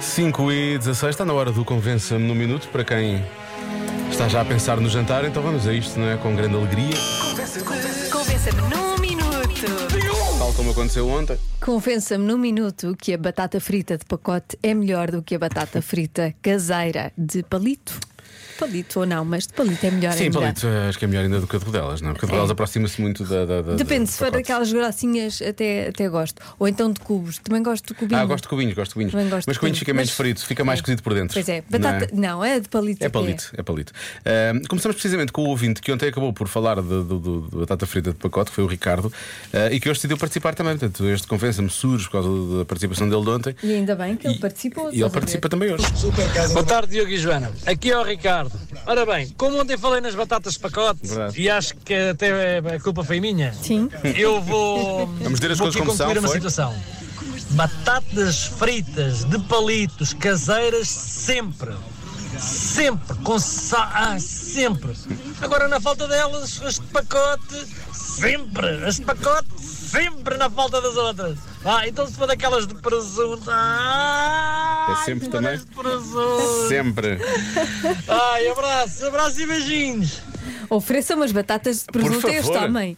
5 e 16, está na hora do Convença-me no Minuto, para quem está já a pensar no jantar, então vamos a isto, não é? Com grande alegria, Convença-me num minuto. tal como aconteceu ontem. Convença-me num minuto que a batata frita de pacote é melhor do que a batata frita caseira de palito. Palito ou não, mas de palito é melhor Sim, ainda. Palito, acho que é melhor ainda do que a de rodelas, não é? Porque a de rodelas aproxima-se muito da. da, da Depende, do se for pacote. daquelas grossinhas, até, até gosto. Ou então de cubos, também gosto de cubinho. Ah, gosto de cubinhos, gosto de cubinhos. Também gosto Mas de cubinhos cubinhos. fica menos Mas- frito, fica mais cozido por dentro. Pois é, não batata. Não, é, de palito. É palito, é palito. Ahm, começamos precisamente com o ouvinte que ontem acabou por falar de, do- do- do batata frita de pacote, que foi o Ricardo, ah, e que hoje decidiu participar também. Portanto, este convença-me surge por causa do- da participação dele de ontem. E ainda bem que ele E- participou. E ele estás a participa ver? também hoje. Boa tarde, Diogo e Joana. Aqui é o Ricardo. Ora bem, como ontem falei nas batatas de pacote, Verdade. e acho que até a culpa foi minha, Sim. eu vou. Vamos dizer as vou coisas aqui como são, concluir uma foi? situação. Batatas fritas de palitos caseiras sempre. Sempre, com sa... ah, sempre. Agora na falta delas, as de pacote, sempre. As de pacote, sempre na falta das outras. Ah, então se for daquelas de presunto. Ah, É sempre se for também? das de presunto. Sempre. Ai, abraço, abraço e beijinhos. Ofereça umas batatas de presunto a este favor. homem.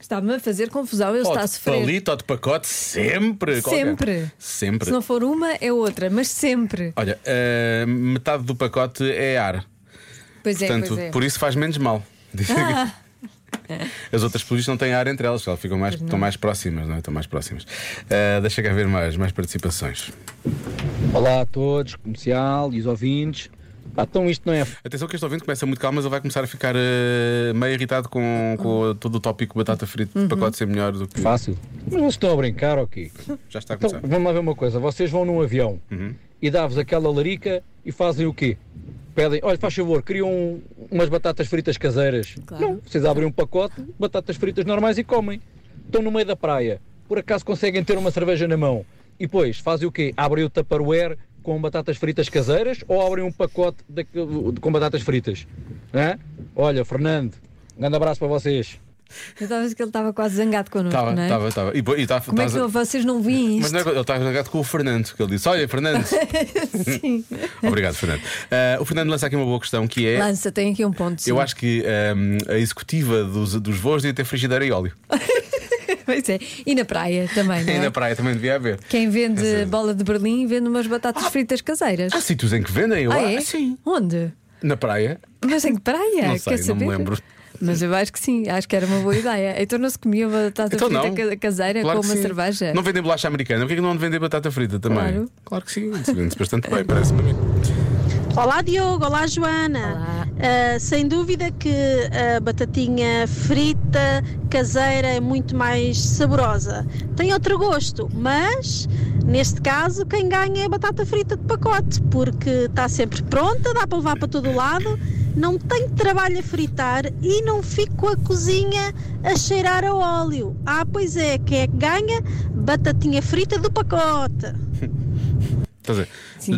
Está-me a fazer confusão, ele está a de sofrer. palito ou de pacote, sempre. Qualquer. Sempre. Sempre. Se não for uma, é outra, mas sempre. Olha, ah, metade do pacote é ar. Pois é, Portanto, pois é. Ah. por isso faz menos mal. Diz aqui. As outras pelos não têm ar entre elas, elas ficam mais, estão mais próximas, não é? Estão mais próximas. Ah, deixa cá ver mais, mais participações. Olá a todos, comercial e os ouvintes. Ah, então isto não é Atenção que este ouvinte começa muito calmo, mas ele vai começar a ficar eh, meio irritado com, com todo o tópico batata frita Uhum. de pacote ser melhor do Então, que. fácil. Mas eles estão a brincar ou quê? Já está a Então começar. vamos lá ver uma coisa. Vocês vão num avião e dá-vos aquela larica e fazem o quê? Pedem, olha, faz favor, criam um- umas batatas fritas caseiras. Claro. Não, vocês abrem um pacote, batatas fritas normais e comem. Estão no meio da praia, por acaso conseguem ter uma cerveja na mão. E depois fazem o quê? Abrem o Tupperware com batatas fritas caseiras ou abrem um pacote daquele- com batatas fritas? Hã? Olha, Fernando, um grande abraço para vocês. Eu estava a ver que ele estava quase zangado connosco, Estava, não é? estava, estava. E, e tá, Como é tás- que eu- vocês não veem Mas isto? não é, ele está ligado com o Fernando, que ele disse: Olha, Fernando. Sim. Obrigado, Fernando. Ah, o Fernando lança aqui uma boa questão que é. Lança, tem aqui um ponto. sim. Eu acho que ah, a executiva dos, dos voos devia ter frigideira e óleo. Pois é. E na praia também, não é? E na praia também devia haver. Quem vende bola de Berlim vende umas batatas Ah! fritas caseiras. Há sítios em que vendem, eu Ah, acho. é? Onde? Na praia. Mas em que praia? Não sei, Quer não me saber? lembro. Mas eu acho que sim, acho que era uma boa ideia. Então não se comia uma batata Então não. frita ca- caseira Claro com que uma sim. cerveja? Não vendem bolacha americana, porquê que não vendem batata frita também? Claro. que sim, vende-se bastante bem, parece-me a mim. Olá Diogo, olá Joana. Ah, sem dúvida que a batatinha frita caseira é muito mais saborosa. Tem outro gosto, mas neste caso quem ganha é a batata frita de pacote, porque está sempre pronta, dá para levar para todo lado, não tem trabalho a fritar e não fico com a cozinha a cheirar a óleo. Ah, pois é, quem é que ganha? Batatinha frita do pacote. Estás a ver?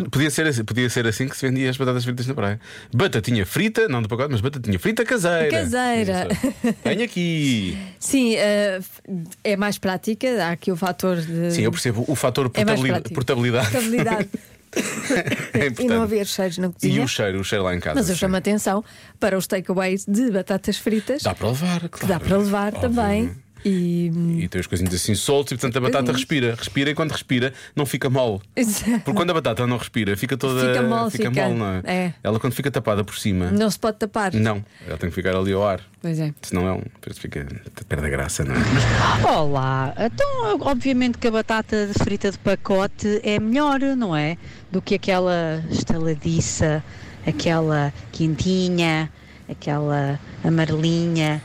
Podia ser, assim, podia ser assim que se vendia as batatas fritas na praia. Batatinha frita, não do pacote, mas batatinha frita caseira. Caseira. Isso. Tenho aqui. Sim, eh, f- é mais prática, há aqui o fator de Sim, eu percebo o fator É mais portabili- prático. portabilidade. estabilidade é e não importante. haver cheiros na E, cozinha. o cheiro, o cheiro lá em casa. Mas eu sim. chamo a atenção para os takeaways de batatas fritas, Dá para levar, claro. que dá para levar Tá. Óbvio. também. E. E tem as coisinhas assim soltas e portanto a batata Coisinhas. respira. Respira e quando respira não fica mole. Porque quando a batata não respira, fica toda. Fica mole, fica. mole, não é? É. Ela quando fica tapada por cima. Não se pode tapar. Não, ela tem que ficar ali ao ar. Pois é. Senão é um. depois Fica, perde a graça, não é? Olá, então obviamente que a batata de frita de pacote é melhor, não é? Do que aquela estaladiça, aquela quentinha, aquela amarelinha,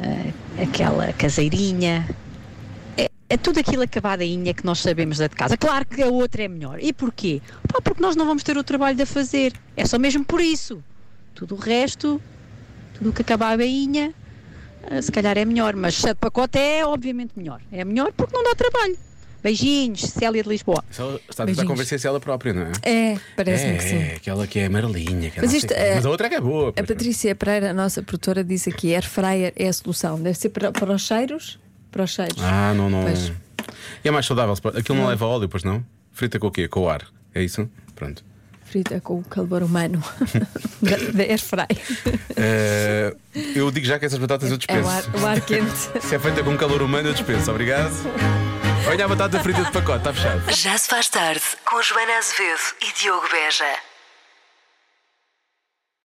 eh, aquela caseirinha. É, é tudo aquilo acabadainha que nós sabemos da de casa. Claro que a outra é melhor. E porquê? Pá, porque nós não vamos ter o trabalho de a fazer. É só mesmo por isso. Tudo o resto, tudo o que acaba a bainha, ah, se calhar é melhor, mas se a de pacote é obviamente melhor. É melhor porque não dá trabalho. Beijinhos, Célia de Lisboa. Só está a tentar Beijinhos. convencer-se ela própria, não é? É, parece-me É, que sim. é, aquela que é amarelinha. Que Mas não isto, sei o quê. eh, Mas a outra é que é boa. A pois. Patrícia Pereira, a nossa produtora, disse aqui: air fryer é a solução. Deve ser para, para os cheiros? Para os cheiros. Ah, não, não. Pois. E é mais saudável. se pode- Aquilo não leva óleo, pois não? Frita com o quê? Com o ar. É isso? Pronto. Frita com o calor humano da, da Airfry. Eh, eu digo já que essas batatas eu É dispenso. o ar, o ar quente. Se é feita com calor humano, eu dispenso. Obrigado. Olha a batata frita de pacote, está fechado. Já se faz tarde com Joana Azevedo e Diogo Beja.